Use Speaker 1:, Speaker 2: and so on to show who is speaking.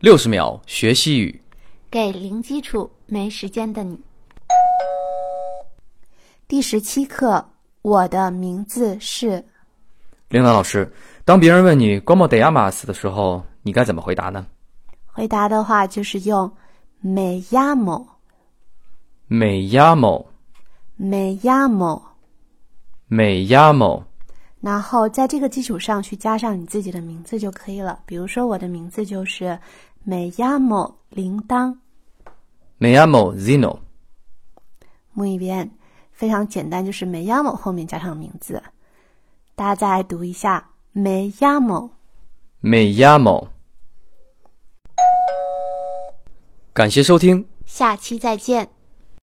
Speaker 1: 六十秒学西语。
Speaker 2: 给零基础没时间的你。第十七课，我的名字是
Speaker 1: 琳达老师，当别人问你 “como de amas” 的时候，你该怎么回答呢？
Speaker 2: 回答的话就是用 me llamo
Speaker 1: 美亚某，
Speaker 2: me llamo，
Speaker 1: 美亚某，
Speaker 2: 然后在这个基础上去加上你自己的名字就可以了。比如说我的名字就是 me llamo 铃铛。
Speaker 1: 美亚某 Zino。
Speaker 2: 木一边非常简单，就是 me llamo 后面加上名字。大家再来读一下 me llamo。
Speaker 1: 美亚某。感谢收听。
Speaker 2: 下期再见。